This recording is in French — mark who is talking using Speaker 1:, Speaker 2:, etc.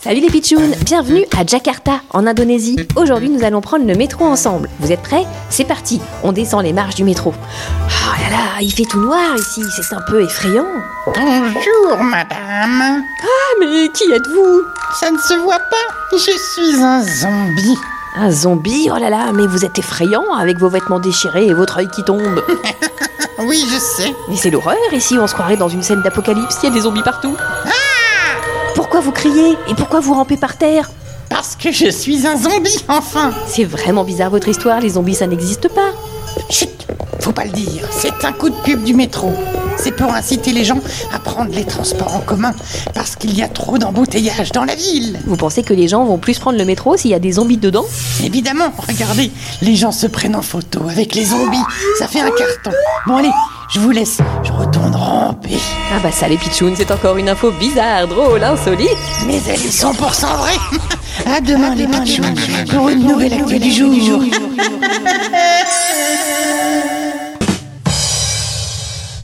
Speaker 1: Salut les pitchouns, bienvenue à Jakarta, en Indonésie. Aujourd'hui, nous allons prendre le métro ensemble. Vous êtes prêts C'est parti, on descend les marches du métro. Oh là là, il fait tout noir ici, c'est un peu effrayant.
Speaker 2: Bonjour, madame.
Speaker 1: Ah, mais qui êtes-vous
Speaker 2: Ça ne se voit pas. Je suis un zombie.
Speaker 1: Un zombie Oh là là, mais vous êtes effrayant avec vos vêtements déchirés et votre œil qui tombe.
Speaker 2: Oui, je sais.
Speaker 1: Mais c'est l'horreur ici, on se croirait dans une scène d'apocalypse, il y a des zombies partout. Ah! Pourquoi vous criez Et pourquoi vous rampez par terre
Speaker 2: Parce que je suis un zombie, enfin.
Speaker 1: C'est vraiment bizarre votre histoire, les zombies ça n'existe pas.
Speaker 2: Chut, faut pas le dire. C'est un coup de pub du métro. C'est pour inciter les gens à prendre les transports en commun. Parce qu'il y a trop d'embouteillages dans la ville.
Speaker 1: Vous pensez que les gens vont plus prendre le métro s'il y a des zombies dedans
Speaker 2: Évidemment, regardez. Les gens se prennent en photo avec les zombies. Ça fait un carton. Bon, allez, je vous laisse. Je retourne ramper.
Speaker 1: Ah bah ça les pitchounes, c'est encore une info bizarre, drôle, insolite.
Speaker 2: Mais elle est 100% vraie. À demain, les pinchons, pour une nouvelle actu du jour.